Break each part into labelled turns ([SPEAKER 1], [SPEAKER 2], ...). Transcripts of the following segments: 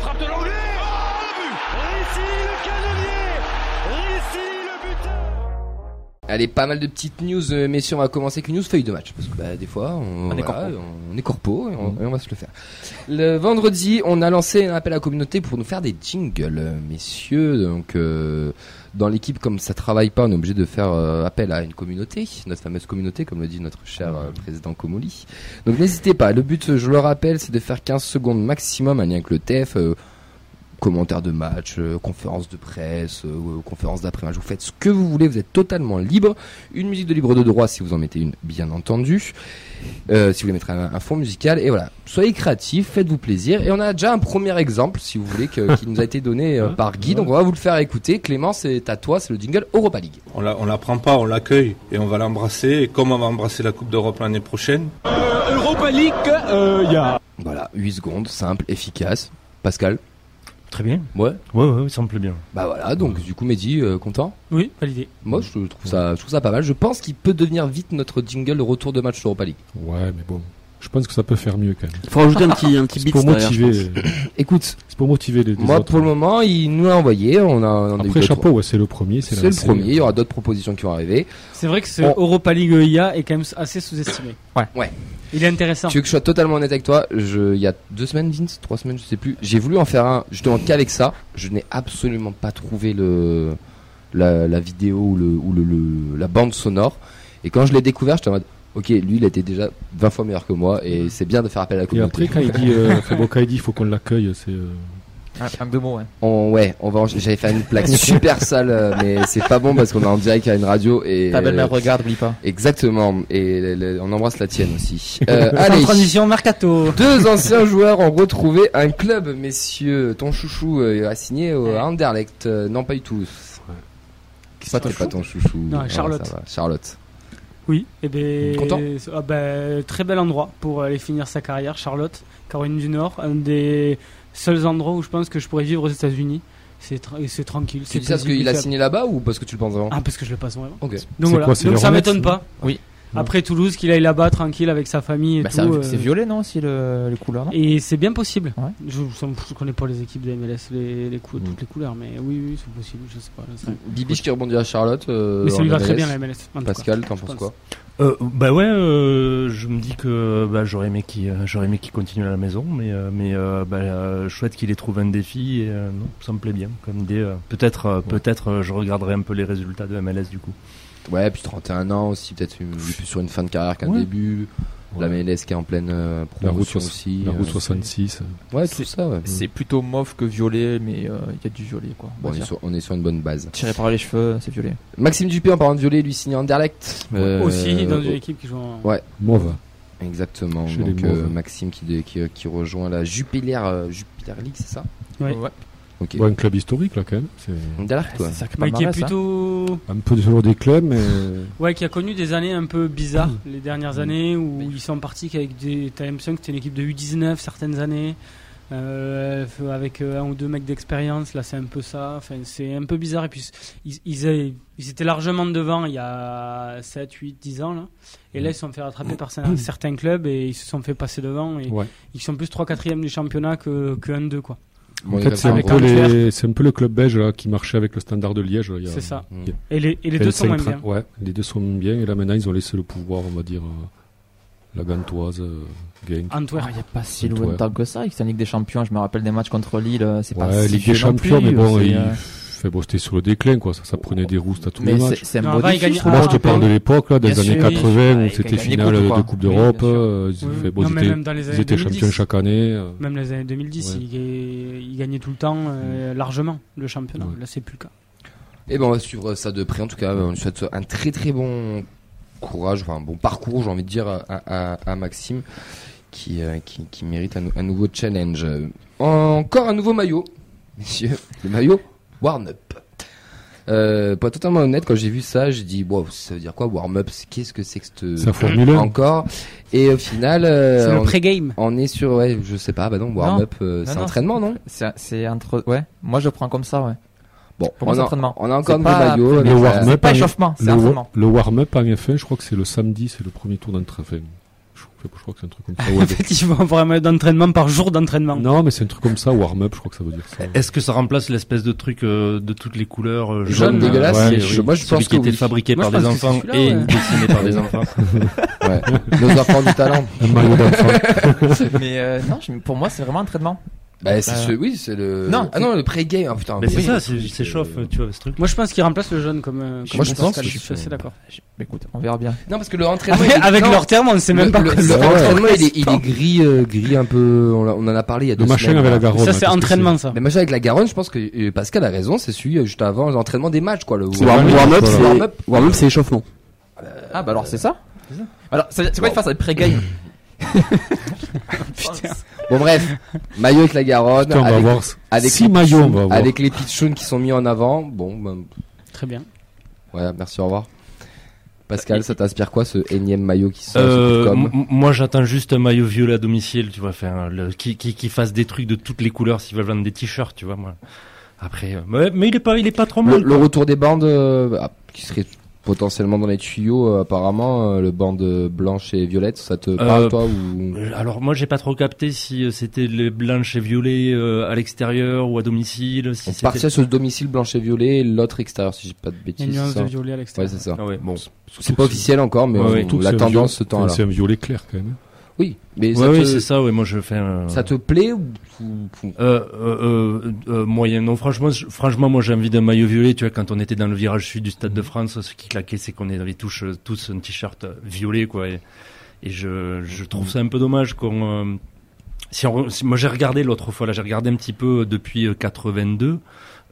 [SPEAKER 1] frappe de l'anglais Oh, le but Réussi le canonnier Réussi le buteur
[SPEAKER 2] Allez, pas mal de petites news, euh, messieurs. On va commencer avec une news feuille de match. Parce que bah, des fois, on,
[SPEAKER 3] On est
[SPEAKER 2] voilà,
[SPEAKER 3] corpo. Mm.
[SPEAKER 2] on est corpo et on, et on va se le faire. Le vendredi, on a lancé un appel à la communauté pour nous faire des jingles, euh, messieurs. Donc, euh, dans l'équipe, comme ça travaille pas, on est obligé de faire euh, appel à une communauté, notre fameuse communauté, comme le dit notre cher euh, président Comoli. Donc, n'hésitez pas. Le but, je le rappelle, c'est de faire 15 secondes maximum, un lien avec le TF. euh, commentaires de match, euh, conférences de presse, euh, euh, conférences d'après-match, vous faites ce que vous voulez, vous êtes totalement libre. Une musique de libre de droit si vous en mettez une, bien entendu. Euh, si vous voulez mettre un, un fond musical, et voilà. Soyez créatifs, faites-vous plaisir. Et on a déjà un premier exemple, si vous voulez, que- qui nous a été donné euh, par Guy, donc on va vous le faire écouter. Clément, c'est à toi, c'est le jingle Europa League.
[SPEAKER 4] On la, on la prend pas, on l'accueille et on va l'embrasser. Et comme on va embrasser la Coupe d'Europe l'année prochaine,
[SPEAKER 5] Europa League, euh, y a.
[SPEAKER 2] Voilà, 8 secondes, simple, efficace. Pascal
[SPEAKER 6] Très bien.
[SPEAKER 2] Ouais.
[SPEAKER 6] Ouais, ouais, ouais, ça me plaît bien.
[SPEAKER 2] Bah voilà, donc du coup, Mehdi, euh, content
[SPEAKER 3] Oui, validé.
[SPEAKER 2] Moi, je trouve ça, je trouve ça pas mal. Je pense qu'il peut devenir vite notre jingle de retour de match sur Europa League.
[SPEAKER 7] Ouais, mais bon. Je pense que ça peut faire mieux quand même.
[SPEAKER 8] Il faut rajouter un petit, un petit
[SPEAKER 7] C'est
[SPEAKER 8] beat
[SPEAKER 7] pour
[SPEAKER 8] derrière, je
[SPEAKER 7] motiver,
[SPEAKER 2] Écoute,
[SPEAKER 7] c'est pour motiver les, les
[SPEAKER 2] moi
[SPEAKER 7] autres.
[SPEAKER 2] pour le moment, il nous l'a envoyé. On a, on a eu
[SPEAKER 7] Après,
[SPEAKER 2] d'autres-
[SPEAKER 7] chapeau, ouais, c'est le premier.
[SPEAKER 2] C'est
[SPEAKER 7] la-
[SPEAKER 2] le premier. Il y aura d'autres propositions qui vont arriver.
[SPEAKER 3] C'est vrai que ce
[SPEAKER 2] On-
[SPEAKER 3] Europa League IA est quand même assez sous-estimé.
[SPEAKER 6] Ouais.
[SPEAKER 2] Ouais.
[SPEAKER 3] Il est intéressant.
[SPEAKER 2] Tu veux que je sois totalement honnête avec toi je, Il y a deux semaines, Vince, trois semaines, je sais plus. J'ai voulu en faire un justement qu'avec ça. Je n'ai absolument pas trouvé le la, la vidéo ou, le, ou le, le- la bande sonore. Et quand je l'ai découvert, j'étais en mode. Ok, lui, il était déjà 20 fois meilleur que moi, et c'est bien de faire appel à la
[SPEAKER 7] Et
[SPEAKER 2] communauté.
[SPEAKER 7] après, quand il dit, euh, enfin, bon, quand il dit, faut qu'on l'accueille, c'est. euh,
[SPEAKER 9] Un, un deux mots, ouais.
[SPEAKER 2] On- ouais, on va. en- J'avais fait une plaque super sale, euh, mais c'est pas bon parce qu'on est en direct à une radio et. euh,
[SPEAKER 9] Ta belle-mère
[SPEAKER 7] euh,
[SPEAKER 9] regarde, oublie pas.
[SPEAKER 2] Exactement. Et le- le- on embrasse la tienne aussi. Euh,
[SPEAKER 3] En
[SPEAKER 2] allez.
[SPEAKER 3] transition mercato.
[SPEAKER 2] Deux anciens joueurs ont retrouvé un club, messieurs. Ton chouchou euh, a signé au à Anderlecht. Euh, non, pas du tout. C'est pas, pas ton chouchou.
[SPEAKER 3] Non,
[SPEAKER 2] Voilà,
[SPEAKER 3] Charlotte.
[SPEAKER 2] ça va. Charlotte.
[SPEAKER 3] Oui, et ben,
[SPEAKER 2] Content
[SPEAKER 3] ah ben, très bel endroit pour aller finir sa carrière, Charlotte, Caroline du Nord, un des seuls endroits où je pense que je pourrais vivre aux États-Unis. C'est tra- et c'est tranquille.
[SPEAKER 2] Tu
[SPEAKER 3] c'est
[SPEAKER 2] dis ça parce
[SPEAKER 3] paisible,
[SPEAKER 2] qu'il a
[SPEAKER 3] c'est-
[SPEAKER 2] signé là-bas ou parce que tu le penses avant
[SPEAKER 3] Ah, parce que je le passe vraiment.
[SPEAKER 2] Ok.
[SPEAKER 3] Donc voilà,
[SPEAKER 7] quoi, c'est
[SPEAKER 3] donc
[SPEAKER 7] les
[SPEAKER 3] ça
[SPEAKER 7] Hornets,
[SPEAKER 3] m'étonne
[SPEAKER 7] non
[SPEAKER 3] pas.
[SPEAKER 9] Oui.
[SPEAKER 3] Après Toulouse, qu'il aille là-bas tranquille avec sa famille et
[SPEAKER 9] Bah,
[SPEAKER 3] tout.
[SPEAKER 9] c'est un-
[SPEAKER 3] euh,
[SPEAKER 9] c'est violet, non, aussi, le, le couleur, non
[SPEAKER 3] Et c'est bien possible.
[SPEAKER 9] Ouais.
[SPEAKER 3] Je, ça me- je connais pas les équipes de MLS, les, les cou- toutes les couleurs, mais oui, oui, c'est possible. Je sais pas. je sais pas.
[SPEAKER 2] Bibiche qui rebondit à Charlotte. euh,
[SPEAKER 3] mais ça
[SPEAKER 2] en
[SPEAKER 3] lui va très
[SPEAKER 2] MLS.
[SPEAKER 3] bien la MLS. en tout cas.
[SPEAKER 2] Pascal, t'en
[SPEAKER 3] je
[SPEAKER 2] penses
[SPEAKER 3] pense.
[SPEAKER 2] quoi
[SPEAKER 6] Euh, bah ouais, euh, je me dis que bah, j'aurais aimé qu'il euh, j'aurais aimé qu'il continue à la maison, mais euh, mais euh, bah, euh, chouette qu'il ait trouvé un défi. Et, euh, non, ça me plaît bien comme idée. euh. peut-être euh, peut-être euh, je regarderai un peu les résultats de MLS du coup.
[SPEAKER 2] Ouais, puis 31 ans aussi, peut-être une- plus sur une fin de carrière qu'un
[SPEAKER 6] Ouais.
[SPEAKER 2] début. La
[SPEAKER 7] Ouais.
[SPEAKER 2] MLS qui est en pleine euh,
[SPEAKER 7] La route,
[SPEAKER 2] promotion
[SPEAKER 7] soix-
[SPEAKER 2] aussi.
[SPEAKER 7] la
[SPEAKER 2] euh,
[SPEAKER 7] route 66. euh,
[SPEAKER 2] Ouais, tout ça, ouais.
[SPEAKER 9] C'est plutôt mauve que violet, mais euh, il y a du violet, quoi.
[SPEAKER 2] Bon, on, est sur, on est sur une bonne base.
[SPEAKER 9] Tiré par les cheveux, c'est violet.
[SPEAKER 2] Maxime Dupé, en parlant de violet, lui signe Anderlecht. Euh,
[SPEAKER 3] Aussi dans une équipe qui joue. En...
[SPEAKER 2] Ouais.
[SPEAKER 7] Mauve.
[SPEAKER 2] Exactement.
[SPEAKER 7] Chez
[SPEAKER 2] Donc
[SPEAKER 7] les
[SPEAKER 2] euh,
[SPEAKER 7] Mauves.
[SPEAKER 2] Maxime qui, dé- qui, qui rejoint la Jupiler, euh, Jupiler League, c'est ça
[SPEAKER 3] Ouais.
[SPEAKER 2] Ok.
[SPEAKER 7] Ouais, un club historique, là, quand même. C'est
[SPEAKER 2] Anderlecht, quoi.
[SPEAKER 9] C'est sacré
[SPEAKER 3] Mais qui est
[SPEAKER 9] palmarès, hein.
[SPEAKER 3] plutôt.
[SPEAKER 7] un peu toujours des clubs, mais.
[SPEAKER 3] Ouais, qui a connu des années un peu bizarres, les dernières années où
[SPEAKER 2] Oui.
[SPEAKER 3] ils sont partis avec des. T'as l'impression que c'était une équipe de U19 certaines années, euh, f- avec euh, un ou deux mecs d'expérience. Là, c'est un peu ça. Enfin, c'est un peu bizarre. Et puis, ils, ils, avaient- ils étaient largement devant il y a 7, 8, 10 ans. Là. Et là, ils se sont fait rattraper par cer- certains clubs et ils se sont fait passer devant. Et
[SPEAKER 7] Ouais.
[SPEAKER 3] ils sont plus 3-4e du championnat que, que 1-2. quoi.
[SPEAKER 2] Bon,
[SPEAKER 7] en
[SPEAKER 2] il
[SPEAKER 7] fait,
[SPEAKER 2] va
[SPEAKER 7] c'est
[SPEAKER 2] faire
[SPEAKER 7] un,
[SPEAKER 2] un
[SPEAKER 3] avec
[SPEAKER 7] peu
[SPEAKER 2] gros-
[SPEAKER 3] Anvers.
[SPEAKER 7] les- c'est un peu le club belge là, qui marchait avec le standard de Liège. là, il y a-
[SPEAKER 3] C'est ça.
[SPEAKER 2] Mm.
[SPEAKER 7] il y a-
[SPEAKER 3] Et les, et les deux sont moins bien.
[SPEAKER 7] Ouais, les deux sont bien. Et là, maintenant, ils ont laissé le pouvoir, on va dire, euh, la gantoise, euh, Genk.
[SPEAKER 3] Antwerp.
[SPEAKER 9] Ah, il y a pas si
[SPEAKER 7] Ouais.
[SPEAKER 9] loin que ça. C'est en Ligue des Champions. Je me rappelle des matchs contre Lille. euh, C'est pas
[SPEAKER 7] ouais,
[SPEAKER 9] si
[SPEAKER 7] Ligue
[SPEAKER 9] vieux
[SPEAKER 7] des
[SPEAKER 9] non plus,
[SPEAKER 7] Champions, mais bon,
[SPEAKER 9] c'est,
[SPEAKER 7] il-
[SPEAKER 9] euh,
[SPEAKER 7] fait, bon, c'était sur le déclin, quoi. Ça, ça prenait des roustes à tous
[SPEAKER 9] Mais
[SPEAKER 7] les
[SPEAKER 9] c'est
[SPEAKER 7] matchs.
[SPEAKER 9] c'est
[SPEAKER 3] Non,
[SPEAKER 9] un
[SPEAKER 3] avant,
[SPEAKER 9] beau
[SPEAKER 3] il
[SPEAKER 9] défi,
[SPEAKER 3] gagnait
[SPEAKER 9] je
[SPEAKER 3] un
[SPEAKER 7] Moi,
[SPEAKER 9] trouve.
[SPEAKER 7] je te
[SPEAKER 3] Ah,
[SPEAKER 7] parle de
[SPEAKER 3] oui.
[SPEAKER 7] l'époque, là, des
[SPEAKER 9] Bien
[SPEAKER 7] années
[SPEAKER 9] sûr.
[SPEAKER 7] 80,
[SPEAKER 9] Ouais,
[SPEAKER 7] où c'était
[SPEAKER 9] avec les
[SPEAKER 7] finale
[SPEAKER 9] coupes,
[SPEAKER 7] de
[SPEAKER 9] quoi.
[SPEAKER 7] Coupe
[SPEAKER 9] Oui,
[SPEAKER 7] d'Europe.
[SPEAKER 9] bien sûr.
[SPEAKER 7] euh, ils,
[SPEAKER 3] Oui, oui.
[SPEAKER 7] fait, bon,
[SPEAKER 3] Non,
[SPEAKER 7] ils
[SPEAKER 3] mais
[SPEAKER 7] étaient-
[SPEAKER 3] même dans les
[SPEAKER 7] ils
[SPEAKER 3] années
[SPEAKER 7] étaient
[SPEAKER 3] 2010.
[SPEAKER 7] champions chaque année. euh,
[SPEAKER 3] Même les années 2010,
[SPEAKER 7] Ouais.
[SPEAKER 3] il, gagnait, il gagnait tout le temps euh, largement le championnat.
[SPEAKER 7] Ouais.
[SPEAKER 3] Là, c'est plus le cas.
[SPEAKER 2] Eh ben, on va suivre ça de près. En tout cas, on lui souhaite un très très bon courage, enfin un bon parcours, j'ai envie de dire, à, à- à Maxime, qui, euh, qui, qui mérite un, nou- un nouveau challenge. Euh, Encore un nouveau maillot, messieurs. Le maillot Warm Up. Euh, pour être totalement honnête, quand j'ai vu ça, j'ai dit, wow, ça veut dire quoi Warm Up C'est- Qu'est-ce que c'est que cette...
[SPEAKER 7] C'est un Formule 1.
[SPEAKER 2] Encore. Et au final, euh,
[SPEAKER 3] c'est le
[SPEAKER 2] on-
[SPEAKER 3] pré-game.
[SPEAKER 2] on est sur, ouais, je sais pas, bah non, warm
[SPEAKER 9] Non.
[SPEAKER 2] up, euh, c'est
[SPEAKER 9] non,
[SPEAKER 2] entraînement, non
[SPEAKER 9] C'est c'est entre. Ouais. Moi, je prends comme ça, ouais.
[SPEAKER 2] Bon,
[SPEAKER 9] Pour moi,
[SPEAKER 2] on
[SPEAKER 9] c'est
[SPEAKER 2] a,
[SPEAKER 9] entraînement.
[SPEAKER 2] on a encore
[SPEAKER 9] C'est
[SPEAKER 2] un
[SPEAKER 9] pas- euh,
[SPEAKER 2] maillot.
[SPEAKER 7] Le warm-up,
[SPEAKER 9] C'est pas
[SPEAKER 7] hein,
[SPEAKER 9] échauffement, c'est
[SPEAKER 7] Le,
[SPEAKER 9] entraînement.
[SPEAKER 7] le warm-up en F1, je crois que c'est le samedi, c'est le premier tour d'entraînement. Je- Up, je crois que c'est un truc comme ça.
[SPEAKER 3] En
[SPEAKER 7] ouais,
[SPEAKER 3] fait, ils vont vraiment d'entraînement par jour d'entraînement.
[SPEAKER 7] Non, mais c'est un truc comme ça, warm up, je crois que ça veut dire ça.
[SPEAKER 6] Est-ce que ça remplace l'espèce de truc euh, de toutes les couleurs euh,
[SPEAKER 2] Jaune
[SPEAKER 6] jaune,
[SPEAKER 2] dégueulasse,
[SPEAKER 6] euh,
[SPEAKER 2] et je- moi, je
[SPEAKER 6] celui
[SPEAKER 2] pense
[SPEAKER 6] qui
[SPEAKER 2] que
[SPEAKER 6] était
[SPEAKER 2] oui.
[SPEAKER 6] fabriqué
[SPEAKER 3] Moi, je
[SPEAKER 6] par des
[SPEAKER 3] pense que c'est
[SPEAKER 6] enfants
[SPEAKER 3] celui-là,
[SPEAKER 6] et
[SPEAKER 3] ouais.
[SPEAKER 6] dessiné par des enfants.
[SPEAKER 2] Ouais. Nos enfants du talent.
[SPEAKER 7] Un maillot d'enfant.
[SPEAKER 9] Mais euh, non, je- pour moi, c'est vraiment entraînement.
[SPEAKER 2] Bah, c'est
[SPEAKER 9] Euh,
[SPEAKER 2] ce, oui, c'est le.
[SPEAKER 9] non,
[SPEAKER 2] ah non, le pré-game. Ah, putain,
[SPEAKER 6] Mais c'est
[SPEAKER 2] oui. Euh,
[SPEAKER 6] ça, c'est c'est chauffe, tu vois, ce truc.
[SPEAKER 3] Moi, je pense qu'ils remplacent le jeune comme. euh, comme
[SPEAKER 2] je
[SPEAKER 3] Pascal,
[SPEAKER 2] pense que
[SPEAKER 3] Je suis
[SPEAKER 2] c'est-
[SPEAKER 3] assez d'accord.
[SPEAKER 9] Je- Écoute, on verra bien.
[SPEAKER 2] Non, parce que le entraînement.
[SPEAKER 3] Avec,
[SPEAKER 2] il est-
[SPEAKER 3] avec
[SPEAKER 2] non,
[SPEAKER 3] leur terme, on ne sait même
[SPEAKER 2] le-
[SPEAKER 3] pas.
[SPEAKER 2] le-
[SPEAKER 3] quoi
[SPEAKER 2] le
[SPEAKER 3] c'est.
[SPEAKER 2] entraînement, il est, il est gris, euh, gris un peu. On, l'a- on en a parlé il y a deux
[SPEAKER 7] Le machin
[SPEAKER 2] semaines.
[SPEAKER 7] avec la garonne.
[SPEAKER 3] Ça,
[SPEAKER 7] là,
[SPEAKER 3] c'est
[SPEAKER 7] qu'est-ce que
[SPEAKER 3] entraînement, ça.
[SPEAKER 2] Mais machin avec la Garonne, je pense que euh, Pascal a raison, c'est celui euh, juste avant l'entraînement des matchs, quoi. Le
[SPEAKER 8] Warm-
[SPEAKER 7] Voilà.
[SPEAKER 8] Warm-up, c'est warm-up, c'est échauffement.
[SPEAKER 9] Ah bah alors c'est ça Alors c'est c'est quoi de faire ça de pré-game
[SPEAKER 2] Bon, bref. Maillot avec la Garonne.
[SPEAKER 7] Putain, on va
[SPEAKER 2] avec,
[SPEAKER 7] voir.
[SPEAKER 2] avec
[SPEAKER 7] Six
[SPEAKER 2] les
[SPEAKER 7] maillots, on
[SPEAKER 2] pitchounes-
[SPEAKER 7] va voir.
[SPEAKER 2] Avec les pitchounes qui sont mis en avant. Bon, ben,
[SPEAKER 3] Très bien.
[SPEAKER 2] ouais, merci, au revoir.
[SPEAKER 3] Euh,
[SPEAKER 2] Pascal, ça t'inspire quoi ce énième maillot qui sort
[SPEAKER 6] Euh,
[SPEAKER 2] sur
[SPEAKER 6] m-
[SPEAKER 2] Footcom
[SPEAKER 6] m- moi j'attends juste un maillot violet à domicile, tu vois, enfin, le- qui, qui, qui fasse des trucs de toutes les couleurs s'ils veulent vendre des t-shirts, tu vois, moi. Après, euh, mais, mais il est pas, il est pas trop
[SPEAKER 2] le,
[SPEAKER 6] mal.
[SPEAKER 2] le retour des bandes euh, ah, qui serait potentiellement dans les tuyaux, euh, apparemment, euh, le bande blanche et violette, ça te parle, toi ou...
[SPEAKER 6] Euh, Alors moi j'ai pas trop capté si euh, c'était les blanches et violets euh, à l'extérieur ou à domicile. Si
[SPEAKER 2] On
[SPEAKER 6] c'était-
[SPEAKER 2] partait sur le domicile blanche et violet, l'autre extérieur, si j'ai pas de
[SPEAKER 3] Il y a une
[SPEAKER 2] bêtises.
[SPEAKER 3] nuance
[SPEAKER 2] c'est ça
[SPEAKER 3] de violet à
[SPEAKER 2] Ouais,
[SPEAKER 3] l'extérieur.
[SPEAKER 2] c'est ça.
[SPEAKER 6] Ah ouais, bon.
[SPEAKER 2] C'est pas officiel encore, mais
[SPEAKER 6] Ouais,
[SPEAKER 2] on-
[SPEAKER 6] ouais.
[SPEAKER 7] Surtout que
[SPEAKER 2] la
[SPEAKER 7] c'est un
[SPEAKER 2] tendance
[SPEAKER 7] violet-
[SPEAKER 2] ce temps-là.
[SPEAKER 7] C'est un violet clair quand même. hein.
[SPEAKER 2] Oui, mais
[SPEAKER 6] Ouais,
[SPEAKER 2] ça,
[SPEAKER 6] ouais,
[SPEAKER 2] te,
[SPEAKER 6] c'est ça. Ouais, moi je fais. un-
[SPEAKER 2] ça te plaît ou ou- ou-
[SPEAKER 6] Euh, euh, euh, euh, moyen. Non, franchement, je- franchement, moi j'ai envie d'un maillot violet. Tu vois, quand on était dans le virage sud du Stade de France, ce qui claquait, c'est qu'on avait tous, euh, tous un t-shirt euh, violet, quoi. Et, et je, je trouve ça un peu dommage qu'on. euh, si on, si- moi j'ai regardé l'autre fois, là j'ai regardé un petit peu euh, depuis euh, 82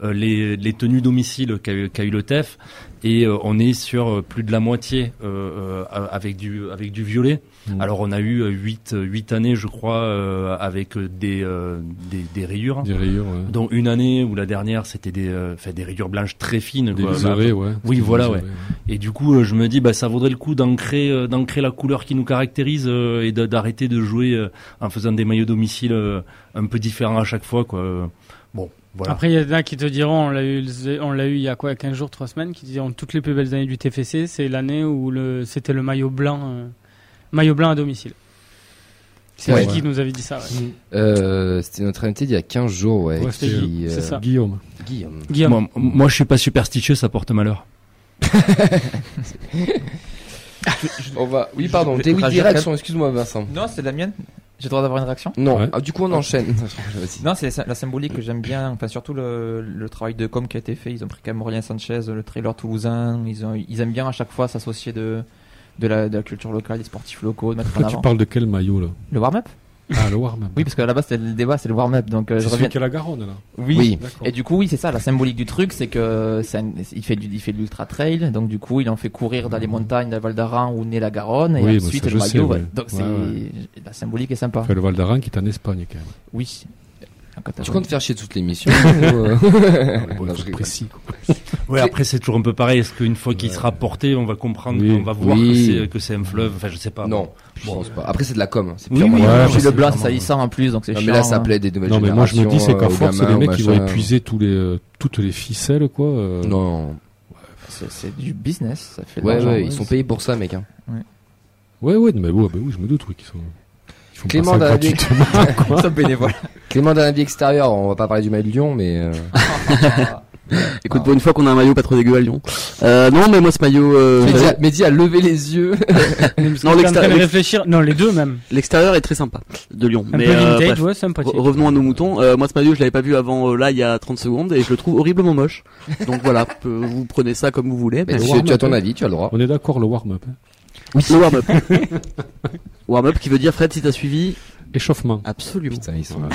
[SPEAKER 6] euh, les, les tenues domicile qu'a eu, qu'a eu le TEF et euh, on est sur euh, plus de la moitié euh, euh, avec du avec du violet.
[SPEAKER 7] Mhm.
[SPEAKER 6] Alors on a eu euh, huit euh, huit années je crois euh, avec euh, des, euh, des des rayures
[SPEAKER 7] Des rayures, ouais.
[SPEAKER 6] dont une année ou la dernière, c'était des, euh, fait des rayures blanches très fines.
[SPEAKER 7] Des
[SPEAKER 6] quoi.
[SPEAKER 7] liserés, ouais.
[SPEAKER 6] Oui,
[SPEAKER 7] Des
[SPEAKER 6] voilà,
[SPEAKER 7] liserés,
[SPEAKER 6] ouais. Et du coup, euh, je me dis, bah, ça vaudrait le coup d'ancrer, euh, d'ancrer la couleur qui nous caractérise euh, et de- d'arrêter de jouer euh, en faisant des maillots domicile euh, un peu différents à chaque fois. Quoi. Euh, Bon, voilà.
[SPEAKER 3] Après, il y en a qui te diront, on l'a eu, on l'a eu il y a quoi, 15 jours, 3 semaines, qui diront toutes les plus belles années du TFC, c'est l'année où le, c'était le maillot blanc, euh, maillot blanc à domicile. C'est
[SPEAKER 2] Ouais.
[SPEAKER 3] lui qui nous avait dit ça. ouais.
[SPEAKER 8] Mm.
[SPEAKER 2] Euh, C'était notre invité il y a 15 jours, ouais.
[SPEAKER 7] Ouais,
[SPEAKER 2] qui, euh, hein.
[SPEAKER 7] c'était
[SPEAKER 3] Guy, c'est ça.
[SPEAKER 7] Guillaume.
[SPEAKER 2] Guillaume.
[SPEAKER 3] Guillaume,
[SPEAKER 6] Moi, moi, je suis pas superstitieux, ça porte malheur.
[SPEAKER 2] On va. Oui, pardon.
[SPEAKER 9] je-
[SPEAKER 2] Tes
[SPEAKER 9] je-
[SPEAKER 2] huit
[SPEAKER 9] je-
[SPEAKER 2] directions. Excuse-moi, Vincent.
[SPEAKER 9] Non, c'est la mienne. J'ai le droit d'avoir une réaction
[SPEAKER 2] Non.
[SPEAKER 7] Ouais.
[SPEAKER 2] Ah, du coup, on enchaîne. Vas-y.
[SPEAKER 9] Non, c'est la symbolique que j'aime bien. Enfin, surtout le, le travail de com qui a été fait. Ils ont pris Camorien Sanchez, le trailer toulousain. Ils, ont, ils aiment bien à chaque fois s'associer de, de, la, de la culture locale, des sportifs locaux, de mettre en
[SPEAKER 7] Toi, Ah, tu
[SPEAKER 9] avant.
[SPEAKER 7] parles de quel maillot, là
[SPEAKER 9] Le warm-up
[SPEAKER 7] Ah, le warm
[SPEAKER 9] Oui, parce que là-bas, c'était le débat, c'est le warm-up. Donc, euh, je
[SPEAKER 7] C'est
[SPEAKER 9] reviens.
[SPEAKER 7] celui qui a la Garonne, là.
[SPEAKER 9] Oui.
[SPEAKER 2] Oui.
[SPEAKER 7] D'accord.
[SPEAKER 9] Et du coup, oui, c'est ça, la symbolique du truc, c'est que c'est un- il fait du, il fait de l'ultra trail, donc du coup, il en fait courir dans les montagnes, la Val d'Aran où naît la Garonne, et
[SPEAKER 7] Mm. Oui, bah,
[SPEAKER 9] ensuite
[SPEAKER 7] ça,
[SPEAKER 9] le
[SPEAKER 7] je
[SPEAKER 9] maillot.
[SPEAKER 7] sais,
[SPEAKER 9] ouais.
[SPEAKER 7] ouais.
[SPEAKER 9] Donc
[SPEAKER 7] Ouais,
[SPEAKER 9] c'est la symbolique est sympa.
[SPEAKER 7] Enfin, le Val d'Aran qui est en Espagne, quand même.
[SPEAKER 9] Oui. En
[SPEAKER 2] Tu
[SPEAKER 9] Catalogne.
[SPEAKER 2] comptes faire chier toute l'émission ou, euh,
[SPEAKER 7] Bon,
[SPEAKER 2] non,
[SPEAKER 7] il
[SPEAKER 2] je
[SPEAKER 7] faut être
[SPEAKER 2] rigole.
[SPEAKER 7] précis. quoi.
[SPEAKER 6] Ouais, après, c'est toujours un peu pareil. Est-ce qu'une fois qu'il sera porté, on va comprendre,
[SPEAKER 7] Oui.
[SPEAKER 6] on va voir
[SPEAKER 2] Oui.
[SPEAKER 6] que c'est- que c'est un fleuve Enfin, je sais pas.
[SPEAKER 2] Non, je
[SPEAKER 6] hein. Bon.
[SPEAKER 2] pense pas. Après, c'est de la com. hein, C'est
[SPEAKER 6] Oui,
[SPEAKER 2] purement
[SPEAKER 6] oui,
[SPEAKER 2] de la
[SPEAKER 7] Ouais, bah,
[SPEAKER 2] com.
[SPEAKER 9] Et puis
[SPEAKER 7] c'est
[SPEAKER 9] le blanc,
[SPEAKER 7] vraiment-
[SPEAKER 9] ça y sent en plus, donc c'est
[SPEAKER 2] Non,
[SPEAKER 9] chiant.
[SPEAKER 2] mais là, ça
[SPEAKER 9] hein.
[SPEAKER 2] plaît des nouvelles
[SPEAKER 7] Non, mais moi, je
[SPEAKER 2] générations.
[SPEAKER 7] me dis, c'est
[SPEAKER 2] euh,
[SPEAKER 7] qu'à
[SPEAKER 2] aux
[SPEAKER 7] force,
[SPEAKER 2] gamins,
[SPEAKER 7] les mecs,
[SPEAKER 2] aux
[SPEAKER 7] ils vont
[SPEAKER 2] machins.
[SPEAKER 7] épuiser tous les, euh, toutes les ficelles, quoi. euh,
[SPEAKER 2] Non.
[SPEAKER 9] C'est c'est du business, ça fait de
[SPEAKER 2] Ouais,
[SPEAKER 9] l'argent,
[SPEAKER 2] ouais, ils sont
[SPEAKER 9] c'est-
[SPEAKER 2] payés pour ça, mec. hein.
[SPEAKER 7] Ouais, ouais, mais bon, bah oui, je me doute, oui, qu'ils sont. Ils font
[SPEAKER 2] Clément
[SPEAKER 7] pas ça
[SPEAKER 2] David.
[SPEAKER 7] gratuitement.
[SPEAKER 9] Ils sont bénévoles.
[SPEAKER 2] Clément d'un avis extérieur, on va pas parler du mail de Lyon, mais euh,
[SPEAKER 8] Écoute,
[SPEAKER 2] Ah.
[SPEAKER 8] pour une fois qu'on a un maillot pas trop dégueu à Lyon. Euh, non, mais moi, ce maillot,
[SPEAKER 7] Ah,
[SPEAKER 8] euh,
[SPEAKER 2] Mehdi a- Mehdi a levé les yeux.
[SPEAKER 8] non,
[SPEAKER 3] t'es en train de
[SPEAKER 8] l'extérieur-
[SPEAKER 3] réfléchir. Non, les deux même.
[SPEAKER 8] l'extérieur est très sympa de Lyon.
[SPEAKER 3] Un
[SPEAKER 8] mais,
[SPEAKER 3] peu
[SPEAKER 8] euh,
[SPEAKER 3] vintage,
[SPEAKER 8] bref.
[SPEAKER 3] ouais, sympathique.
[SPEAKER 8] Re- Revenons à nos moutons. Euh, moi, ce maillot, je l'avais pas vu avant euh, là, il y a 30 secondes, et je le trouve horriblement moche. Donc voilà, peu- vous prenez ça comme vous voulez.
[SPEAKER 2] Mais
[SPEAKER 8] mais-
[SPEAKER 2] tu, tu as ton avis, tu as le droit.
[SPEAKER 7] On est d'accord, le warm-up. hein.
[SPEAKER 8] Le warm-up. warm-up qui veut dire, Fred, si t'as suivi,
[SPEAKER 7] Échauffement.
[SPEAKER 8] absolument.
[SPEAKER 2] Putain, ils sont là.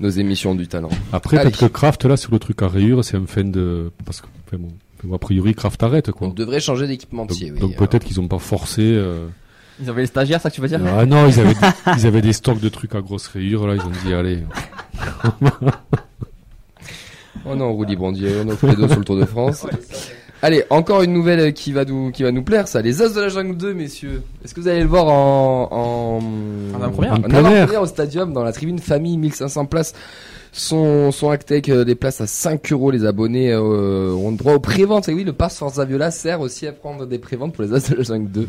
[SPEAKER 2] Nos émissions du talent.
[SPEAKER 7] Après,
[SPEAKER 2] Allez.
[SPEAKER 7] peut-être que Kraft, là, sur le truc à rayures, c'est un fin de. Parce que, enfin, bon, bon, a priori, Kraft arrête, quoi.
[SPEAKER 2] On devrait changer
[SPEAKER 7] Donc,
[SPEAKER 2] d'équipementier. oui. euh,
[SPEAKER 7] donc peut-être qu'ils ont pas forcé. euh,
[SPEAKER 9] Ils avaient les stagiaires, ça que tu veux dire
[SPEAKER 7] Ah non, ils avaient, des, ils avaient des stocks de trucs à grosse rayures, là, ils ont dit, allez.
[SPEAKER 2] Oh non, Rouli Bondier, on offre les deux sur le Tour de France. Allez, encore une nouvelle euh, qui va nous, qui va nous plaire, ça. Les As de la Jungle 2, messieurs. Est-ce que vous allez le voir en, en,
[SPEAKER 9] En avant-première
[SPEAKER 7] En plein air.
[SPEAKER 2] avant-première au stadium, dans la tribune famille, 1500 places. Son, son Actec, euh, des places à 5 euros. Les abonnés euh, ont droit aux préventes. Et oui, le pass Forza Viola sert aussi à prendre des préventes pour les As de la Jungle 2.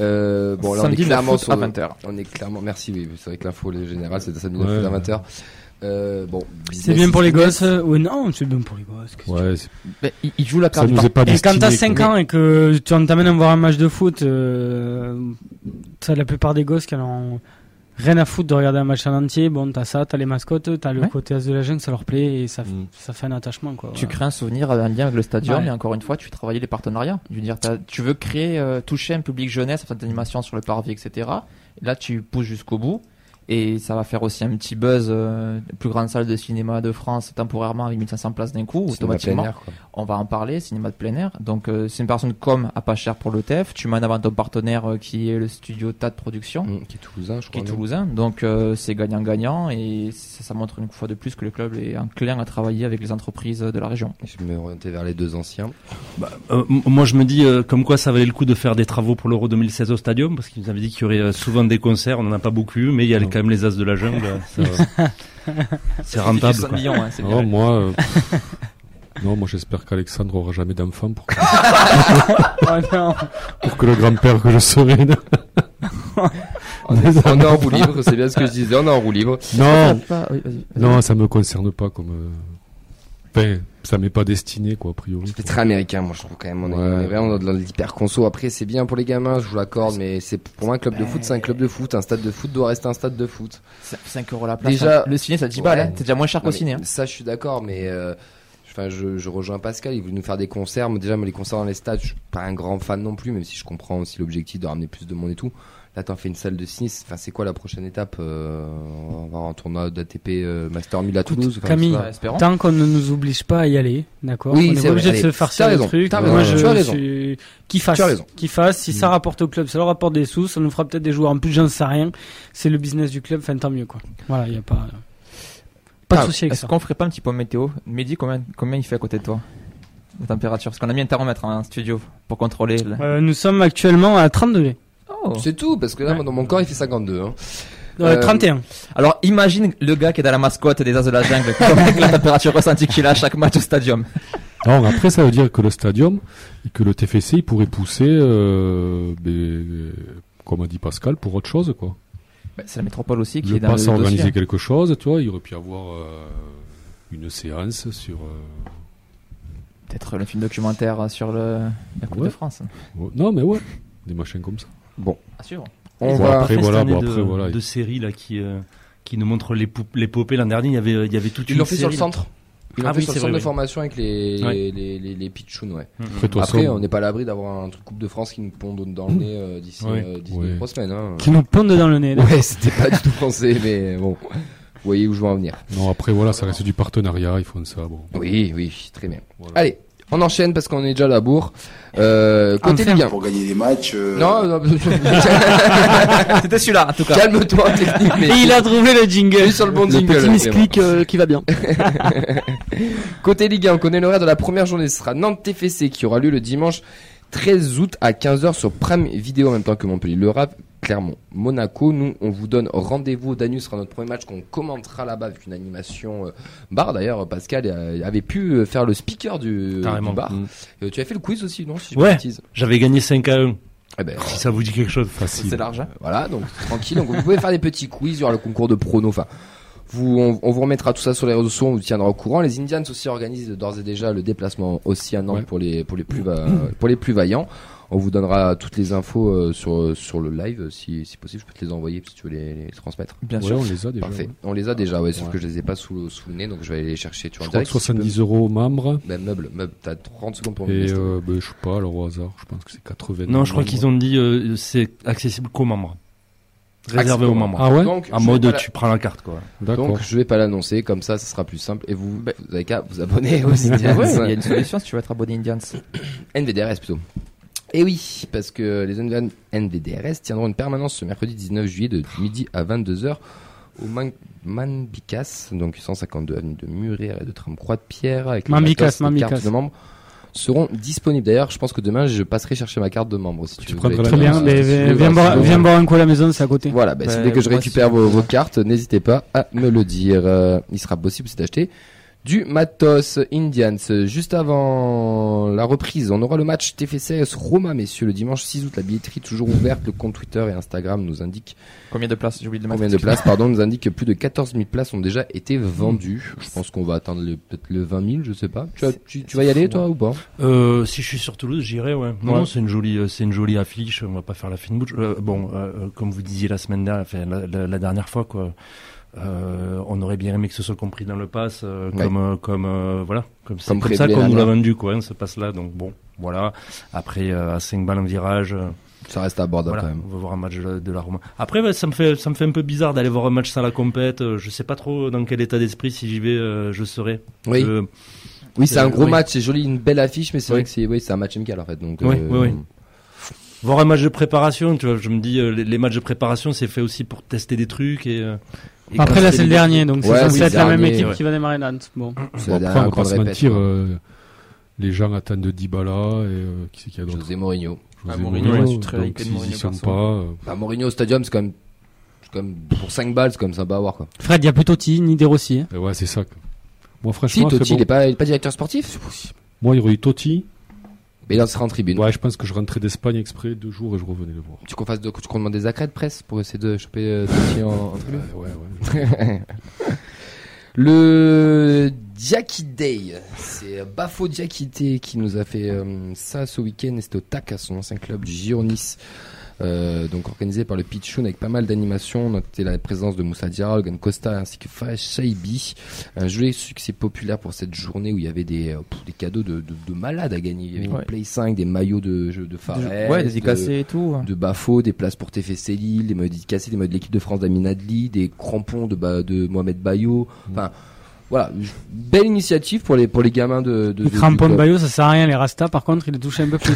[SPEAKER 2] Euh, bon, là, on est
[SPEAKER 9] Samedi, le
[SPEAKER 2] clairement
[SPEAKER 9] foot
[SPEAKER 2] sur.
[SPEAKER 9] à 20h.
[SPEAKER 2] On est clairement. Merci, oui, c'est vrai que l'info générale, c'est samedi
[SPEAKER 7] Ouais.
[SPEAKER 2] le foot à 20h. Euh, bon,
[SPEAKER 3] C'est
[SPEAKER 2] business
[SPEAKER 3] bien
[SPEAKER 2] is
[SPEAKER 3] pour les
[SPEAKER 2] business.
[SPEAKER 3] gosses. euh, Ouais, non, c'est bien pour les gosses. qu'est-ce que
[SPEAKER 7] Ouais, c'est-
[SPEAKER 9] Mais il, il joue la
[SPEAKER 7] ça
[SPEAKER 9] carte.
[SPEAKER 7] nous est pas
[SPEAKER 3] Et
[SPEAKER 7] destiné.
[SPEAKER 3] quand t'as 5
[SPEAKER 7] quoi.
[SPEAKER 3] ans et que tu en t'amènes à voir un match de foot, euh, t'as la plupart des gosses qui en ont rien à foutre de regarder un match en entier. Bon, t'as ça, t'as les mascottes, t'as le
[SPEAKER 9] Ouais.
[SPEAKER 3] côté as de la jungle, ça leur plaît et ça,
[SPEAKER 7] Mm.
[SPEAKER 3] ça fait un attachement. Quoi,
[SPEAKER 9] Tu
[SPEAKER 3] Voilà.
[SPEAKER 9] crées un souvenir, un lien avec le stadium,
[SPEAKER 3] Ouais.
[SPEAKER 9] et encore une fois, tu travailles les partenariats. Je veux dire, t'as- tu veux créer, euh, toucher un public jeunesse, faire des animations sur le parvis, etc. Là, tu pousses jusqu'au bout, et ça va faire aussi un petit buzz, euh, plus grande salle de cinéma de France, temporairement, avec 1500 places d'un coup,
[SPEAKER 2] Cinéma
[SPEAKER 9] automatiquement.
[SPEAKER 2] plein air, quoi.
[SPEAKER 9] on va en parler, cinéma de plein air. Donc, euh, c'est une personne comme à pas cher pour le TEF, tu mets en avant ton partenaire euh, qui est le studio TAD Productions.
[SPEAKER 2] Mm, Qui est toulousain, je
[SPEAKER 9] qui
[SPEAKER 2] crois.
[SPEAKER 9] est
[SPEAKER 2] non
[SPEAKER 9] toulousain. Donc euh, c'est gagnant-gagnant et ça, ça montre une fois de plus que le club est enclin à travailler avec les entreprises de la région.
[SPEAKER 2] Je me orientais vers les deux anciens.
[SPEAKER 6] Euh, m- moi, je me dis euh, comme quoi ça valait le coup de faire des travaux pour l'Euro 2016 au stadium, parce qu'ils nous avaient dit qu'il y aurait euh, souvent des concerts. On n'en a pas beaucoup eu, mais il y a les- quand même les As de la jungle. euh, ça- c'est rentable. quoi.
[SPEAKER 9] millions, hein, c'est
[SPEAKER 7] Non,
[SPEAKER 9] bien.
[SPEAKER 7] moi. euh, Non, moi j'espère qu'Alexandre aura jamais d'enfant pour, que-
[SPEAKER 3] Ah non.
[SPEAKER 7] pour que le grand-père que je serai. Non,
[SPEAKER 2] On est, on est en roue libre, c'est bien ce que je disais, on est en roue libre.
[SPEAKER 7] non,
[SPEAKER 9] Pas- oui, vas-y, vas-y.
[SPEAKER 7] non, ça me concerne pas comme. euh, Enfin, ça m'est pas destiné quoi, a priori.
[SPEAKER 2] C'était très américain, moi je trouve quand même. On est,
[SPEAKER 7] Ouais.
[SPEAKER 2] on est vraiment dans, l'hyper conso. Après, c'est bien pour les gamins, je vous l'accorde, mais c'est pour moi un club de foot, c'est un club de foot. Un stade de foot doit rester un stade de foot.
[SPEAKER 9] 5 euros la place.
[SPEAKER 2] Déjà-
[SPEAKER 9] hein. le ciné, ça te dit balles.
[SPEAKER 2] Ouais.
[SPEAKER 9] hein. C'est déjà moins cher
[SPEAKER 2] Non,
[SPEAKER 9] qu'au ciné. hein.
[SPEAKER 2] Ah, mais Ça, je suis d'accord, mais euh, enfin, je, je rejoins Pascal. Il voulait nous faire des concerts. Moi, déjà, moi, les concerts dans les stades, je suis pas un grand fan non plus, même si je comprends aussi l'objectif de ramener plus de monde et tout. Là, t'en fais une salle de ciné. c'est- Enfin, c'est quoi la prochaine étape Euh, On va avoir un tournoi d'ATP euh, Master 1000 à
[SPEAKER 3] Écoute,
[SPEAKER 2] Toulouse. enfin,
[SPEAKER 3] Camille,
[SPEAKER 2] je sais
[SPEAKER 9] Ouais, espérons.
[SPEAKER 3] Tant qu'on ne nous oblige pas à y aller, d'accord
[SPEAKER 2] Oui,
[SPEAKER 3] On
[SPEAKER 2] c'est
[SPEAKER 3] est obligé
[SPEAKER 2] vrai,
[SPEAKER 3] de se
[SPEAKER 2] allez,
[SPEAKER 3] farcir
[SPEAKER 2] t'as
[SPEAKER 3] le
[SPEAKER 2] raison,
[SPEAKER 3] truc.
[SPEAKER 2] t'as
[SPEAKER 3] Moi,
[SPEAKER 2] raison,
[SPEAKER 3] je
[SPEAKER 2] tu as raison.
[SPEAKER 3] suis- Qu'il fasse.
[SPEAKER 2] Tu as raison. Mm.
[SPEAKER 3] Qu'il fasse. Si ça rapporte au club, ça leur rapporte des sous, ça nous fera peut-être des joueurs en plus, j'en sais rien. C'est le business du club, enfin tant mieux, quoi. Voilà, il n'y a pas. Pas de
[SPEAKER 9] Ah,
[SPEAKER 3] souci avec
[SPEAKER 9] Est-ce
[SPEAKER 3] ça.
[SPEAKER 9] qu'on ferait pas un petit point météo Mehdi, combien, combien il fait à côté de toi La température Parce qu'on a mis un thermomètre hein, en studio pour contrôler. le-
[SPEAKER 3] Euh, nous sommes actuellement à 30 degrés.
[SPEAKER 9] Oh.
[SPEAKER 2] pas. C'est tout, parce que là, moi, dans mon corps, il fait 52. Hein. Euh,
[SPEAKER 3] Euh, 31.
[SPEAKER 9] Alors imagine le gars qui est dans la mascotte des As de la Jungle, avec la température ressentie qu'il a à chaque match au stadium.
[SPEAKER 7] Non, après ça veut dire que le stadium et que le TFC il pourrait pousser, euh, des- comme a dit Pascal, pour autre chose quoi.
[SPEAKER 9] Bah, c'est la métropole aussi qui
[SPEAKER 7] le
[SPEAKER 9] est dans
[SPEAKER 7] passe
[SPEAKER 9] le
[SPEAKER 7] à
[SPEAKER 9] dossier. hein.
[SPEAKER 7] organiser quelque chose, tu vois, il aurait pu avoir euh, une séance sur. euh,
[SPEAKER 9] Peut-être le film documentaire sur le... la Coupe
[SPEAKER 7] Ouais.
[SPEAKER 9] de France.
[SPEAKER 7] ouais. oh, Non, mais ouais, des machines comme ça.
[SPEAKER 9] À suivre.
[SPEAKER 2] On
[SPEAKER 6] Ils
[SPEAKER 7] va-
[SPEAKER 6] ont pas
[SPEAKER 7] après,
[SPEAKER 6] fait cette
[SPEAKER 7] voilà,
[SPEAKER 6] année
[SPEAKER 7] bon,
[SPEAKER 6] de,
[SPEAKER 7] après, voilà.
[SPEAKER 6] de séries là qui euh, qui nous montrent les pou- l'épopée l'an dernier. Il y avait euh, il y avait toute
[SPEAKER 2] Ils
[SPEAKER 6] une
[SPEAKER 2] l'ont fait sur le
[SPEAKER 6] série.
[SPEAKER 2] centre. Ils l'ont
[SPEAKER 6] Ah
[SPEAKER 2] fait
[SPEAKER 6] oui,
[SPEAKER 2] sur
[SPEAKER 6] c'est
[SPEAKER 2] le centre
[SPEAKER 6] vrai,
[SPEAKER 2] de
[SPEAKER 6] oui.
[SPEAKER 2] formation avec les,
[SPEAKER 6] Ouais.
[SPEAKER 2] les, les, les, les pitchouns, ouais.
[SPEAKER 6] Mhm.
[SPEAKER 7] Après, de toute
[SPEAKER 2] Après,
[SPEAKER 7] façon,
[SPEAKER 2] on n'est pas à l'abri d'avoir un truc Coupe de France qui nous ponde dans le nez euh, d'ici
[SPEAKER 6] Ouais.
[SPEAKER 2] euh, d'ici
[SPEAKER 7] Ouais.
[SPEAKER 2] deux, trois semaines. Hein.
[SPEAKER 3] Qui nous pondent dans le nez. là.
[SPEAKER 2] Ouais, c'était pas du tout français, mais bon. Vous voyez où je veux en venir.
[SPEAKER 7] non, après voilà, ça reste du partenariat, ils font ça. Bon.
[SPEAKER 2] Oui, oui, très bien.
[SPEAKER 7] Voilà.
[SPEAKER 2] Allez, on enchaîne parce qu'on est déjà à la bourre. Euh, côté
[SPEAKER 3] Enfin.
[SPEAKER 2] Ligue 1.
[SPEAKER 10] Pour gagner des matchs. euh,
[SPEAKER 2] Non, non,
[SPEAKER 9] C'était Ah, celui-là, en tout cas.
[SPEAKER 2] calme-toi, technique. Mais
[SPEAKER 3] Et il a trouvé le jingle.
[SPEAKER 2] sur le bon
[SPEAKER 8] Le
[SPEAKER 2] jingle.
[SPEAKER 8] petit
[SPEAKER 2] vraiment.
[SPEAKER 8] misclic euh, qui va bien.
[SPEAKER 2] Côté Ligue 1, on connaît l'horaire de la première journée. Ce sera Nantes TFC qui aura lieu le dimanche 13 août à 15h sur Prime Vidéo en même temps que Montpellier. Le RAP, Clermont, Monaco. Nous, on vous donne rendez-vous au Danus. Ce sera notre premier match qu'on commentera là-bas avec une animation euh, bar. D'ailleurs, Pascal euh, avait pu euh, faire le speaker du,
[SPEAKER 6] Carrément.
[SPEAKER 2] du bar.
[SPEAKER 6] Mm.
[SPEAKER 2] Euh, tu as fait le quiz aussi, non si je
[SPEAKER 6] Ouais.
[SPEAKER 2] dis pas de bêtises.
[SPEAKER 6] J'avais gagné 5 à 1.
[SPEAKER 2] Eh ben,
[SPEAKER 6] Si ça vous dit quelque chose.
[SPEAKER 9] C'est large. hein.
[SPEAKER 2] Voilà, donc tranquille. Donc vous pouvez faire des petits quiz, il y aura le concours de pronos. Enfin, vous, on, on vous remettra tout ça sur les réseaux sociaux, on vous tiendra au courant. Les Indians aussi organisent d'ores et déjà le déplacement aussi à Nantes
[SPEAKER 7] Ouais.
[SPEAKER 2] pour les pour les plus va- pour les plus vaillants. On vous donnera toutes les infos euh, sur sur le live si si possible. Je peux te les envoyer si tu veux les, les transmettre.
[SPEAKER 9] Bien
[SPEAKER 7] Ouais,
[SPEAKER 9] sûr.
[SPEAKER 7] on les a déjà.
[SPEAKER 2] Parfait.
[SPEAKER 7] ouais.
[SPEAKER 2] On les a déjà, ouais, sauf
[SPEAKER 7] Ouais.
[SPEAKER 2] que je les ai pas sous le, sous le nez, donc je vais aller les chercher. Tu
[SPEAKER 7] Je
[SPEAKER 2] en
[SPEAKER 7] crois
[SPEAKER 2] direct.
[SPEAKER 7] que
[SPEAKER 2] si tu peux.
[SPEAKER 7] 70 euros membres.
[SPEAKER 2] Ben, meuble, meuble, t'as 30 secondes pour me
[SPEAKER 7] Et
[SPEAKER 2] tester.
[SPEAKER 7] euh, ben, je sais pas, alors au hasard, je pense que c'est 80.
[SPEAKER 6] Non, je crois qu'ils
[SPEAKER 7] membres.
[SPEAKER 6] ont dit euh, c'est accessible qu'aux membres. Réservé aux
[SPEAKER 2] Accessible.
[SPEAKER 6] membres.
[SPEAKER 7] Ah ouais
[SPEAKER 2] Donc,
[SPEAKER 6] En
[SPEAKER 2] je vais pas
[SPEAKER 6] mode
[SPEAKER 2] la-
[SPEAKER 6] tu prends la carte quoi.
[SPEAKER 7] D'accord.
[SPEAKER 2] Donc je vais pas l'annoncer, comme ça, ça sera plus simple. Et vous,
[SPEAKER 3] Bah.
[SPEAKER 2] vous avez qu'à vous abonner aux
[SPEAKER 3] Ah
[SPEAKER 2] Indians.
[SPEAKER 9] Ouais, il y a une solution si tu veux être abonné Indians.
[SPEAKER 2] NVDRS plutôt. Et oui, parce que les Indians NVDRS tiendront une permanence ce mercredi 19 juillet de midi à 22h au Man Manbicas, donc 152 avenue de Murière et de Tram-Croix de Pierre, avec les
[SPEAKER 3] Manbicas,
[SPEAKER 2] matos, les
[SPEAKER 3] Manbicas.
[SPEAKER 2] cartes de membres seront disponibles. D'ailleurs, je pense que demain, je passerai chercher ma carte de membre. Si tu,
[SPEAKER 7] Tu
[SPEAKER 2] veux.
[SPEAKER 7] prendras la
[SPEAKER 3] Très bien,
[SPEAKER 7] Ouais, c'est
[SPEAKER 3] mais viens,
[SPEAKER 7] sûr,
[SPEAKER 3] viens
[SPEAKER 7] ouais,
[SPEAKER 3] boire,
[SPEAKER 7] c'est
[SPEAKER 3] viens
[SPEAKER 7] bon.
[SPEAKER 3] boire un coup à la maison, c'est à côté.
[SPEAKER 2] Voilà, bah, si
[SPEAKER 9] Bah,
[SPEAKER 2] vous voulez que je
[SPEAKER 9] moi,
[SPEAKER 2] récupère
[SPEAKER 9] si-
[SPEAKER 2] vos, vos cartes, n'hésitez pas à me le dire. Euh, il sera possible aussi d'acheter du matos Indians. Juste avant la reprise, on aura le match TFCS Roma, messieurs, le dimanche 6 août. La billetterie toujours ouverte. Le compte Twitter et Instagram nous indique
[SPEAKER 9] Combien de places J'ai oublié de le
[SPEAKER 2] combien de
[SPEAKER 9] mettre.
[SPEAKER 2] places, pardon, nous indique que plus de 14 000 places ont déjà été
[SPEAKER 6] Mmh.
[SPEAKER 2] vendues. Je pense qu'on va atteindre le- peut-être le 20 000, je sais pas. Tu, vas- tu- tu vas y aller, toi, ou pas
[SPEAKER 6] Euh, si je suis sur Toulouse, j'irai, ouais. Non,
[SPEAKER 2] Ouais.
[SPEAKER 6] non, c'est une jolie, euh, c'est une jolie affiche. On va pas faire la fine bouche. Euh, bon, euh, euh, comme vous disiez la semaine dernière, enfin, la, la- la dernière fois, quoi. euh, on aurait bien aimé que ce soit compris dans le pass, euh,
[SPEAKER 2] Ouais.
[SPEAKER 6] comme, euh, comme, euh, voilà, comme c'est
[SPEAKER 2] Comme
[SPEAKER 6] comme,
[SPEAKER 2] prévu
[SPEAKER 6] ça
[SPEAKER 2] l'année
[SPEAKER 6] qu'on nous l'a
[SPEAKER 2] dernière.
[SPEAKER 6] vendu, quoi, hein, ce pass-là. Donc bon, voilà. Après, euh, à 5 balles en virage, euh,
[SPEAKER 2] Ça reste abordable
[SPEAKER 6] voilà,
[SPEAKER 2] quand même.
[SPEAKER 6] on va voir un match de, la- de la Roma. Après, ouais, ça me fait, ça me fait un peu bizarre d'aller voir un match sans la compète. Euh, Je sais pas trop dans quel état d'esprit si j'y vais, euh, je serai.
[SPEAKER 2] Oui,
[SPEAKER 6] Euh,
[SPEAKER 2] oui c'est un
[SPEAKER 6] euh,
[SPEAKER 2] gros
[SPEAKER 6] oui.
[SPEAKER 2] match, c'est joli, une belle affiche, mais c'est
[SPEAKER 6] Oui.
[SPEAKER 2] vrai que c'est oui, c'est un match amical en fait. Donc, euh,
[SPEAKER 6] Oui, oui, oui. Voir un match de préparation, tu vois, je me dis, euh, les, les matchs de préparation, c'est fait aussi pour tester des trucs et. euh, et
[SPEAKER 3] Après, là,
[SPEAKER 6] tester
[SPEAKER 3] c'est le
[SPEAKER 6] des-
[SPEAKER 3] dernier, donc
[SPEAKER 2] Ouais,
[SPEAKER 3] c'est censé
[SPEAKER 2] oui,
[SPEAKER 3] être la même
[SPEAKER 2] dernier,
[SPEAKER 3] équipe
[SPEAKER 2] ouais.
[SPEAKER 3] qui va démarrer Nantes. Bon.
[SPEAKER 2] C'est la
[SPEAKER 7] Bon, après,
[SPEAKER 2] dernière
[SPEAKER 7] on va
[SPEAKER 2] qu'on
[SPEAKER 7] pas se
[SPEAKER 2] répète,
[SPEAKER 7] mentir,
[SPEAKER 2] quoi.
[SPEAKER 7] euh, les gens attendent de Dybala et euh, qui c'est qu'il y a d'autre
[SPEAKER 2] José Mourinho.
[SPEAKER 7] José
[SPEAKER 9] Ah, Mourinho,
[SPEAKER 7] Mourinho,
[SPEAKER 9] ouais, je suis très
[SPEAKER 7] donc
[SPEAKER 9] hypé de
[SPEAKER 7] s'ils y
[SPEAKER 9] Mourinho,
[SPEAKER 7] sont
[SPEAKER 9] perso.
[SPEAKER 7] pas, euh,
[SPEAKER 2] Bah, Mourinho au stadium, c'est quand même, c'est quand même pour 5 balles, c'est quand même sympa à voir quoi.
[SPEAKER 3] Fred, il y a plutôt Totti, ni De Rossi. hein.
[SPEAKER 7] eh ouais, c'est ça. quoi. Moi,
[SPEAKER 2] Si,
[SPEAKER 7] franchement, c'est
[SPEAKER 2] Totti,
[SPEAKER 7] bon.
[SPEAKER 2] il, est pas, il est pas directeur sportif
[SPEAKER 7] moi, il y aurait eu Totti.
[SPEAKER 2] Mais il en sera en tribune.
[SPEAKER 7] Ouais, je pense que je rentrais d'Espagne exprès deux jours et je revenais le voir.
[SPEAKER 2] Tu qu'on fasse de, tu qu'on demande des accrètes presse pour essayer de choper euh, Totti en, en tribune
[SPEAKER 7] Ouais, ouais, ouais.
[SPEAKER 2] Le Diaki Day, c'est Bafo Diakité qui nous a fait euh, ça ce week-end. et C'était au TAC, à son ancien club du Giro Nice. Euh, donc organisé par le Pitchoun avec pas mal d'animations. Notez la présence de Moussa Diarra, Logan Costa ainsi que Fares Shaibi. Un joli succès populaire pour cette journée où il y avait des, euh, pff, des cadeaux de, de, de malades à gagner. Il y avait
[SPEAKER 9] Ouais.
[SPEAKER 2] des Play 5, des maillots de, jeux de Fares.
[SPEAKER 9] Ouais,
[SPEAKER 2] de-
[SPEAKER 9] des cassés et tout.
[SPEAKER 2] de Bafo, des places pour TFC Lille, des maillots dédicacés, des maillots de l'équipe de France d'Amin Adli, des crampons de, Ba- de Mohamed Bayo.
[SPEAKER 9] Mm.
[SPEAKER 2] Enfin, voilà, j- belle initiative pour les, pour les gamins de. de
[SPEAKER 3] Le
[SPEAKER 2] de-
[SPEAKER 3] crampon
[SPEAKER 2] du club.
[SPEAKER 3] de Bayo, ça sert à rien. Les Rasta, par contre, il les touche un peu plus.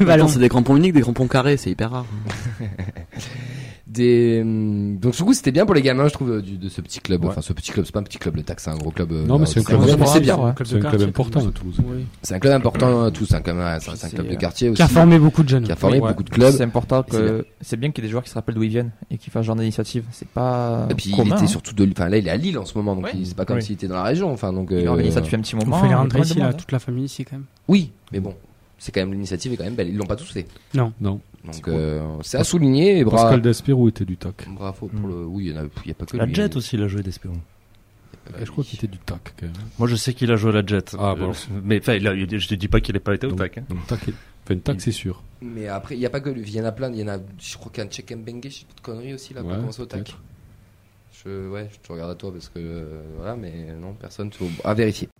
[SPEAKER 3] Les ballons.
[SPEAKER 8] Attends, c'est des crampons uniques, des crampons carrés, c'est hyper rare.
[SPEAKER 2] Des, hum, donc, du coup, c'était bien pour les gamins, je trouve, euh, du- de ce petit club.
[SPEAKER 7] Ouais.
[SPEAKER 2] Enfin, ce petit club, c'est pas un petit club, le TAC, c'est un gros club. euh,
[SPEAKER 7] Non, mais
[SPEAKER 2] là,
[SPEAKER 7] c'est un
[SPEAKER 2] c'est
[SPEAKER 7] club
[SPEAKER 2] un
[SPEAKER 7] de
[SPEAKER 2] club, c'est bien.
[SPEAKER 7] sport,
[SPEAKER 3] club
[SPEAKER 7] C'est
[SPEAKER 3] de
[SPEAKER 7] un club
[SPEAKER 3] quartier,
[SPEAKER 7] important à Toulouse.
[SPEAKER 3] Oui.
[SPEAKER 2] C'est un club important, euh, tous, un, quand même, c'est un,
[SPEAKER 9] Puis
[SPEAKER 2] c'est un
[SPEAKER 9] c'est,
[SPEAKER 2] club de
[SPEAKER 9] euh,
[SPEAKER 2] quartier aussi.
[SPEAKER 3] Qui a formé beaucoup de jeunes.
[SPEAKER 2] qui a formé
[SPEAKER 9] Oui, ouais.
[SPEAKER 2] beaucoup de clubs.
[SPEAKER 9] C'est important
[SPEAKER 2] c'est
[SPEAKER 9] que c'est bien qu'il y ait des joueurs qui se rappellent d'où ils viennent et qui fassent genre d'initiative. C'est pas
[SPEAKER 2] Et puis, il
[SPEAKER 9] commun,
[SPEAKER 2] était
[SPEAKER 9] hein.
[SPEAKER 2] surtout de, enfin, là, il est à Lille en ce moment, donc
[SPEAKER 9] Ouais.
[SPEAKER 2] il- c'est pas comme
[SPEAKER 6] Oui.
[SPEAKER 2] s'il était dans la région, enfin, donc.
[SPEAKER 9] Il
[SPEAKER 2] euh,
[SPEAKER 9] organise ça depuis un petit
[SPEAKER 3] On
[SPEAKER 9] moment.
[SPEAKER 3] fait les
[SPEAKER 9] il y a
[SPEAKER 3] rentrer
[SPEAKER 9] pas mal de
[SPEAKER 3] ici, là,
[SPEAKER 9] monde, hein.
[SPEAKER 3] toute la famille ici, quand même.
[SPEAKER 2] Oui, mais bon, c'est quand même l'initiative est quand même belle. Ils l'ont pas tous fait.
[SPEAKER 3] Non.
[SPEAKER 7] Non.
[SPEAKER 2] Donc euh, c'est à souligner. Et bra-
[SPEAKER 7] Pascal Despiro était du tac.
[SPEAKER 2] bravo pour le. Oui, il n'y a, il y a pas que
[SPEAKER 6] La
[SPEAKER 2] lui.
[SPEAKER 6] Jet aussi, il a joué d'Espérance.
[SPEAKER 7] je crois qu'il était du tac quand même.
[SPEAKER 6] Moi, je sais qu'il a joué à la Jet. Euh,
[SPEAKER 7] Ah, bon.
[SPEAKER 6] Mais enfin, il a- il- je te dis pas qu'il n'a pas été au
[SPEAKER 7] Donc,
[SPEAKER 6] tac. hein.
[SPEAKER 7] donc tac, est- Mmh. enfin, tac c'est sûr.
[SPEAKER 2] Mais après, il n'y a pas que lui. Il y en a plein. Il y en a. Je crois qu'il y a un check and bengue, je sais pas de conneries aussi là pour
[SPEAKER 7] Ouais,
[SPEAKER 2] commencer au tac.
[SPEAKER 7] peut-être.
[SPEAKER 2] Je, ouais, je te regarde à toi parce que euh, voilà, mais non, personne. tu- À vérifier.